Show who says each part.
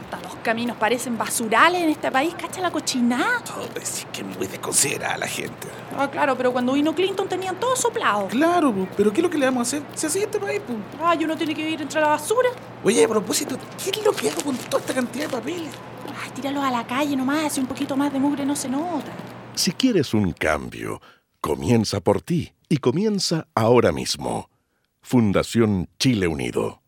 Speaker 1: hasta los caminos parecen basurales en este país, cacha la cochinada.
Speaker 2: Todo es que muy desconsiderada la gente.
Speaker 1: Ah, claro, pero cuando vino Clinton tenían todo soplado.
Speaker 2: Claro, po, pero ¿qué es lo que le vamos a hacer? Se hace este país, po.
Speaker 1: Ay, uno tiene que vivir entre la basura.
Speaker 2: Oye, a propósito, ¿qué es lo que hago con toda esta cantidad de papeles?
Speaker 1: Ay, tíralos a la calle nomás, si un poquito más de mugre no se nota.
Speaker 3: Si quieres un cambio, comienza por ti y comienza ahora mismo. Fundación Chile Unido.